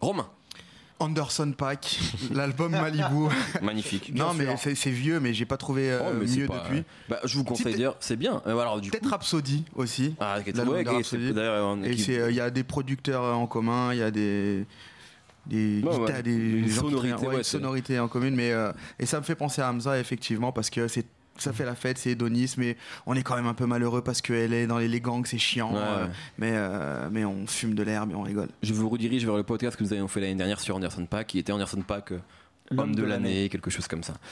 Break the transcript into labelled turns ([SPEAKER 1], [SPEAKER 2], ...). [SPEAKER 1] Romain.
[SPEAKER 2] Anderson Pack, l'album Malibu.
[SPEAKER 1] Magnifique.
[SPEAKER 2] non,
[SPEAKER 3] Bien
[SPEAKER 2] mais c'est c'est vieux, mais j'ai pas trouvé euh,
[SPEAKER 1] Oh, mais c'est
[SPEAKER 2] mieux
[SPEAKER 1] pas-
[SPEAKER 2] depuis.
[SPEAKER 1] Bah, je vous conseille
[SPEAKER 2] Petite-
[SPEAKER 1] dire, c'est bien. Euh, alors, du
[SPEAKER 2] Peut-être
[SPEAKER 1] coup-
[SPEAKER 2] Rhapsody aussi.
[SPEAKER 1] Ah, qui est-
[SPEAKER 2] l'album
[SPEAKER 1] ouais,
[SPEAKER 2] de
[SPEAKER 1] qui est-
[SPEAKER 2] Rhapsody.
[SPEAKER 1] c'est- d'ailleurs, on-
[SPEAKER 2] Et
[SPEAKER 1] qui-
[SPEAKER 2] c'est, euh, il y a des producteurs euh, en commun, il y a des des,
[SPEAKER 1] Bah, Ouais,
[SPEAKER 2] guita-
[SPEAKER 1] ouais.
[SPEAKER 2] des
[SPEAKER 1] Une
[SPEAKER 2] gens qui
[SPEAKER 1] sonorité,
[SPEAKER 2] travaillent- ouais,
[SPEAKER 1] ouais,
[SPEAKER 2] une
[SPEAKER 1] c'est-
[SPEAKER 2] sonorité en commune, mais euh, et ça me fait penser à Hamza effectivement parce que c'est ça fait la fête, c'est hédonisme, mais on est quand même un peu malheureux parce qu'elle est dans les, les gangs, c'est chiant.
[SPEAKER 1] Ouais,
[SPEAKER 2] euh,
[SPEAKER 1] ouais.
[SPEAKER 2] Mais euh, mais on fume de l'herbe et on rigole.
[SPEAKER 1] Je vous redirige vers le podcast que nous avions fait l'année dernière sur Anderson Pack, qui était Anderson Pack euh,
[SPEAKER 3] L'homme
[SPEAKER 1] homme de
[SPEAKER 3] de
[SPEAKER 1] l'année, quelque chose comme ça.